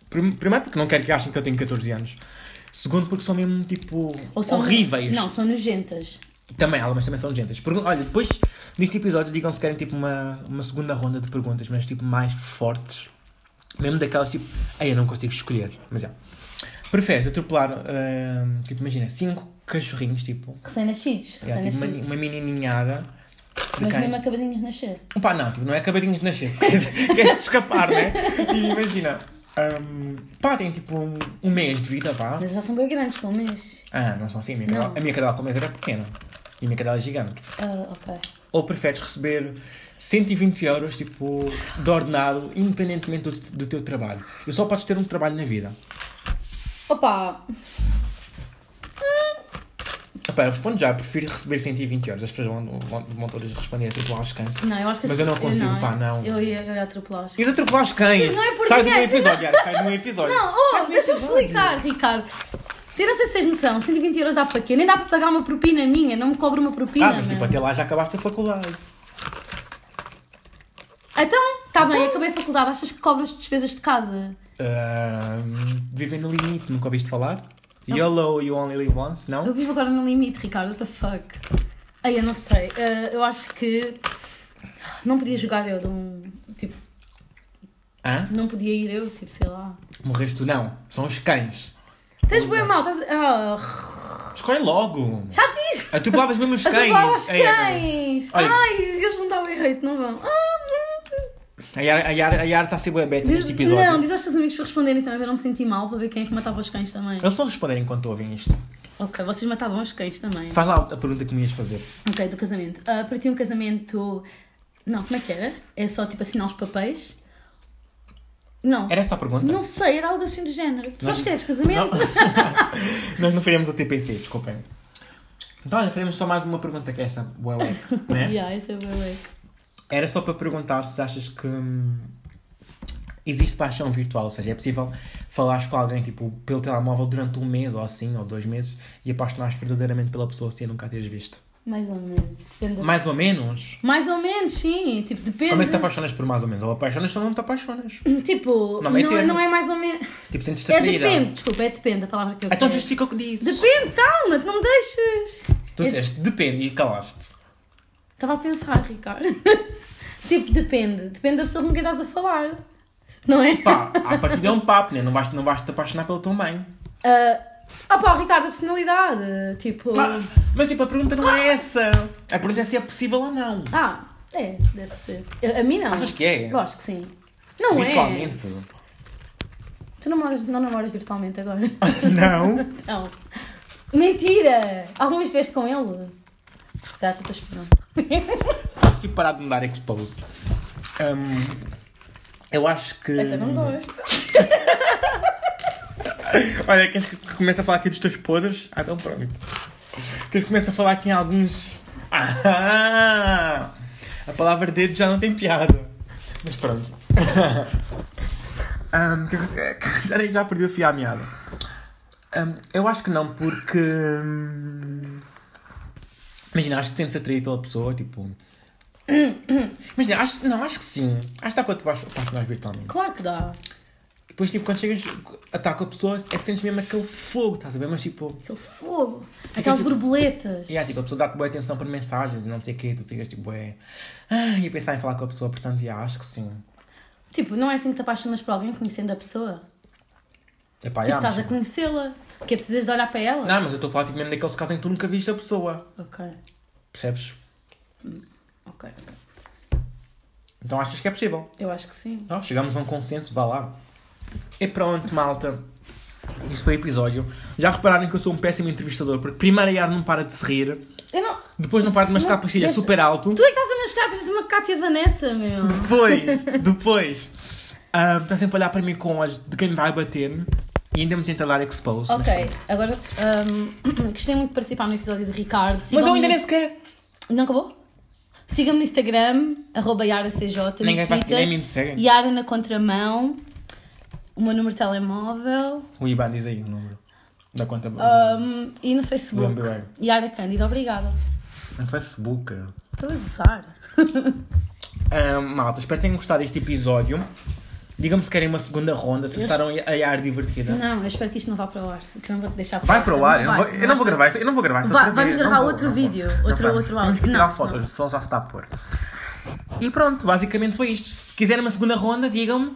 [SPEAKER 1] Prim- Primeiro porque não quero que achem que eu tenho 14 anos. Segundo porque são mesmo tipo
[SPEAKER 2] Ou são
[SPEAKER 1] horríveis.
[SPEAKER 2] Não, são nojentas.
[SPEAKER 1] Também, algumas também são nojentas. Pergun- Olha, depois neste episódio digam se querem tipo uma, uma segunda ronda de perguntas, mas tipo mais fortes. Mesmo daquelas tipo. Aí eu não consigo escolher. Mas é. Preferes atropelar, ah, tipo, imagina, cinco cachorrinhos, tipo,
[SPEAKER 2] Recém-nascidos.
[SPEAKER 1] Yeah, tipo, uma,
[SPEAKER 2] Recém-nascidos.
[SPEAKER 1] uma menininhada de
[SPEAKER 2] Mas mesmo assim-
[SPEAKER 1] cães.
[SPEAKER 2] acabadinhos de nascer.
[SPEAKER 1] Pá, não, tipo, não é acabadinhos de nascer. Queres [laughs] queres te escapar, né? E imagina, hum, pá, tem tipo um, um mês de vida, vá.
[SPEAKER 2] Mas já são bem grandes, pelo menos.
[SPEAKER 1] Ah, não são assim, a minha cadela,
[SPEAKER 2] Não.
[SPEAKER 1] a minha cadela com o mês era pequena. E a minha cadela é gigante.
[SPEAKER 2] Ah, ok.
[SPEAKER 1] Ou preferes receber 120 euros, tipo, de ordenado, independentemente do, do teu trabalho. E só podes ter um trabalho na vida.
[SPEAKER 2] Opa,
[SPEAKER 1] Epá, eu respondo já, prefiro receber 120 euros. As pessoas vão, vão, vão todas responder, tipo, aos cães.
[SPEAKER 2] não, eu acho que...
[SPEAKER 1] Mas eu não consigo, pá, não.
[SPEAKER 2] Eu ia, eu ia atropelar os
[SPEAKER 1] Quis atropelar os cães.
[SPEAKER 2] Não é por
[SPEAKER 1] sai do meu
[SPEAKER 2] ninguém.
[SPEAKER 1] episódio, Yara, sai do
[SPEAKER 2] [laughs]
[SPEAKER 1] meu episódio.
[SPEAKER 2] Não, oh, deixa-me explicar, Ricardo. Eu não sei se tens noção, 120 euros dá para quê? Nem dá para pagar uma propina minha, não me cobra uma propina.
[SPEAKER 1] Ah, mas tipo,
[SPEAKER 2] meu.
[SPEAKER 1] até lá já acabaste a faculdade.
[SPEAKER 2] Então, está bem, acabei a faculdade, achas que cobras despesas de casa?
[SPEAKER 1] Ahm, vivem no limite, nunca ouviste falar? YOLO, you only live once,
[SPEAKER 2] Eu
[SPEAKER 1] não?
[SPEAKER 2] vivo agora no limite, Ricardo, what the fuck. Ai, eu não sei, eh, eu acho que. Não podia jogar eu de um. Tipo,
[SPEAKER 1] Hã?
[SPEAKER 2] não podia ir eu, tipo, sei lá.
[SPEAKER 1] Morreste tu não, são os cães.
[SPEAKER 2] Tens bem mal, estás. Oh,
[SPEAKER 1] Escolhe logo.
[SPEAKER 2] já disse!
[SPEAKER 1] Atropelavas mesmo
[SPEAKER 2] [laughs]
[SPEAKER 1] os cães. É,
[SPEAKER 2] Atropelar os
[SPEAKER 1] Ei, Ana.
[SPEAKER 2] cães!
[SPEAKER 1] Olha.
[SPEAKER 2] Ai, eles vão dar bem hate, não vão? Ah, hum.
[SPEAKER 1] A Yara- a Yara a Yara está a ser boa beta
[SPEAKER 2] Diz-
[SPEAKER 1] neste episódio.
[SPEAKER 2] Não, diz aos teus amigos para responderem também, para eu não me sentir mal, para ver quem é que matava os cães também.
[SPEAKER 1] Eles estão a responder enquanto ouvem isto.
[SPEAKER 2] Ok, vocês matavam os cães também.
[SPEAKER 1] Faz lá a pergunta que me ias fazer.
[SPEAKER 2] Ok, do casamento. Ah, para ti um casamento... Não, como é que era? É só tipo assinar os papéis? Não.
[SPEAKER 1] Era essa a pergunta?
[SPEAKER 2] Não sei, era algo assim do género. Tu só
[SPEAKER 1] Nós-
[SPEAKER 2] escreves casamento?
[SPEAKER 1] [laughs] Nós não faremos o TPC, desculpem. Então, olha, faremos só mais uma pergunta que é esta, boa,
[SPEAKER 2] [laughs]
[SPEAKER 1] boa, né?
[SPEAKER 2] yeah, isso é bué leque.
[SPEAKER 1] Era só para perguntar se achas que hum, existe paixão virtual, ou seja, é possível falares com alguém tipo, pelo telemóvel durante um mês ou assim, ou dois meses, e apaixonares verdadeiramente pela pessoa sem nunca a teres visto.
[SPEAKER 2] Mais ou menos. Depende da-
[SPEAKER 1] Mais ou menos.
[SPEAKER 2] Mais ou menos, sim. Tipo, depende.
[SPEAKER 1] Como é que te apaixonas por mais ou menos? Ou apaixonas ou não te apaixonas?
[SPEAKER 2] Tipo,
[SPEAKER 1] Não,
[SPEAKER 2] não,
[SPEAKER 1] meio termo.
[SPEAKER 2] não é mais ou menos.
[SPEAKER 1] Tipo, sentes-te
[SPEAKER 2] É
[SPEAKER 1] atraída.
[SPEAKER 2] depende, desculpa, é depende a palavra que eu
[SPEAKER 1] Então
[SPEAKER 2] quero.
[SPEAKER 1] justifica o que dizes.
[SPEAKER 2] Depende, calma, não me deixes.
[SPEAKER 1] Tu disseste depende e calaste.
[SPEAKER 2] Estava a pensar, Ricardo. [laughs] tipo, depende. Depende da pessoa com quem estás a falar. Não é?
[SPEAKER 1] Pá, à partida é um papo, né? Não vais, não vais te apaixonar pelo teu bem.
[SPEAKER 2] Ah, ah pá, Ricardo, a personalidade. Tipo.
[SPEAKER 1] Pá, mas tipo, a pergunta não é essa. A pergunta é se é possível ou não.
[SPEAKER 2] Ah, é, deve ser. A, a mim não.
[SPEAKER 1] Achas que é?
[SPEAKER 2] Eu acho que sim. Não é.
[SPEAKER 1] Virtualmente. [laughs]
[SPEAKER 2] Tu namoras, não namoras virtualmente agora? [laughs]
[SPEAKER 1] Não.
[SPEAKER 2] não. Mentira! Alguma vez estiveste com ele? Se calhar tipo, tu estás
[SPEAKER 1] Hum.
[SPEAKER 2] esperando.
[SPEAKER 1] Se parar de me dar expose. Hum, eu acho que.
[SPEAKER 2] Até não gosto.
[SPEAKER 1] Olha, queres que comece a falar aqui dos teus podres? Ah, então pronto. Queres que comece a falar aqui em alguns. Ah! A palavra dedo já não tem piada. Mas pronto. [laughs] Ahm, que- que- já, nem- já perdi o fio à meada. Ahm, eu acho que não, porque. hum, Imagina, acho que sentes atraído pela pessoa, tipo. [coughs] Imagina, acho, não, acho que sim. Acho que dá para te apaixonar virtualmente.
[SPEAKER 2] Claro que dá.
[SPEAKER 1] Depois, tipo, quando chegas a estar com a pessoa, é que sentes mesmo aquele fogo, estás a ver? Mas, tipo,
[SPEAKER 2] Aquele fogo. Aquelas
[SPEAKER 1] tipo-
[SPEAKER 2] borboletas.
[SPEAKER 1] yeah, tipo a pessoa dá-te boa atenção por mensagens e não sei o quê, tu ficas, tipo, é... Ah, e a pensar em falar com a pessoa, portanto, yeah, acho que sim.
[SPEAKER 2] Tipo, não é assim que te apaixonas por alguém conhecendo a pessoa?
[SPEAKER 1] Epá,
[SPEAKER 2] Tipo,
[SPEAKER 1] yeah,
[SPEAKER 2] estás
[SPEAKER 1] mas...
[SPEAKER 2] a conhecê-la. Que é precisas de olhar para ela?
[SPEAKER 1] Não, mas eu estou a falar, tipo, mesmo daqueles casos em que tu nunca viste a pessoa,
[SPEAKER 2] Ok,
[SPEAKER 1] percebes?
[SPEAKER 2] ok.
[SPEAKER 1] Então achas que é possível.
[SPEAKER 2] Eu acho que sim.
[SPEAKER 1] Não, chegamos a um consenso, vá lá. E pronto, malta. Isto foi o episódio. Já repararam que eu sou um péssimo entrevistador, porque primeiro a Yara não para de se rir,
[SPEAKER 2] Eu não...
[SPEAKER 1] depois não para de mascar
[SPEAKER 2] Não,
[SPEAKER 1] a pastilha
[SPEAKER 2] deixa-
[SPEAKER 1] super alto.
[SPEAKER 2] Tu é que estás a mascar, pareces uma Cátia Vanessa, meu.
[SPEAKER 1] Depois, depois. Ahm, Está sempre a olhar para mim com as de quem me vai bater e ainda me tenta dar expose. mas
[SPEAKER 2] Ok,
[SPEAKER 1] pronto.
[SPEAKER 2] agora hum, [clears throat] gostei muito de participar no episódio do Ricardo.
[SPEAKER 1] Mas eu ainda nem
[SPEAKER 2] nesse...
[SPEAKER 1] sequer.
[SPEAKER 2] Não acabou? Sigam-me no Instagram, arroba YaraCJ,
[SPEAKER 1] Ninguém
[SPEAKER 2] no
[SPEAKER 1] vai seguir,
[SPEAKER 2] Twitter,
[SPEAKER 1] nem me segue.
[SPEAKER 2] Yara na contramão, o meu número de telemóvel
[SPEAKER 1] O Iban diz aí o número da conta.
[SPEAKER 2] hum, e no Facebook.
[SPEAKER 1] Lembro bem.
[SPEAKER 2] Yara Cândido, obrigada.
[SPEAKER 1] No É Facebook.
[SPEAKER 2] Estou a usar. [laughs]
[SPEAKER 1] Ahm, malta, espero que tenham gostado deste episódio. Digam-me se querem uma segunda ronda, se acharam a ar divertida.
[SPEAKER 2] Não, eu espero que isto não vá para o ar, que eu não vou te deixar
[SPEAKER 1] Vai para o ar, eu não vou,
[SPEAKER 2] vai,
[SPEAKER 1] eu não vou gravar isso, eu não vou gravar isso
[SPEAKER 2] Vá,
[SPEAKER 1] outra
[SPEAKER 2] vamos
[SPEAKER 1] vez, não
[SPEAKER 2] gravar
[SPEAKER 1] vou,
[SPEAKER 2] outro
[SPEAKER 1] não vou.
[SPEAKER 2] vídeo,
[SPEAKER 1] Não
[SPEAKER 2] outro-
[SPEAKER 1] vamos.
[SPEAKER 2] outro
[SPEAKER 1] Temos que
[SPEAKER 2] áudio.
[SPEAKER 1] tirar
[SPEAKER 2] Não,
[SPEAKER 1] fotos,
[SPEAKER 2] não.
[SPEAKER 1] o sol já está a pôr. E pronto, basicamente foi isto. Se quiserem uma segunda ronda, digam-me.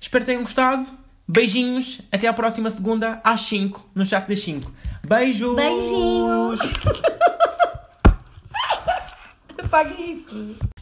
[SPEAKER 1] Espero que tenham gostado. Beijinhos, até à próxima segunda, às 5, no chat das 5. Beijos!
[SPEAKER 2] Beijinhos. Pague isso.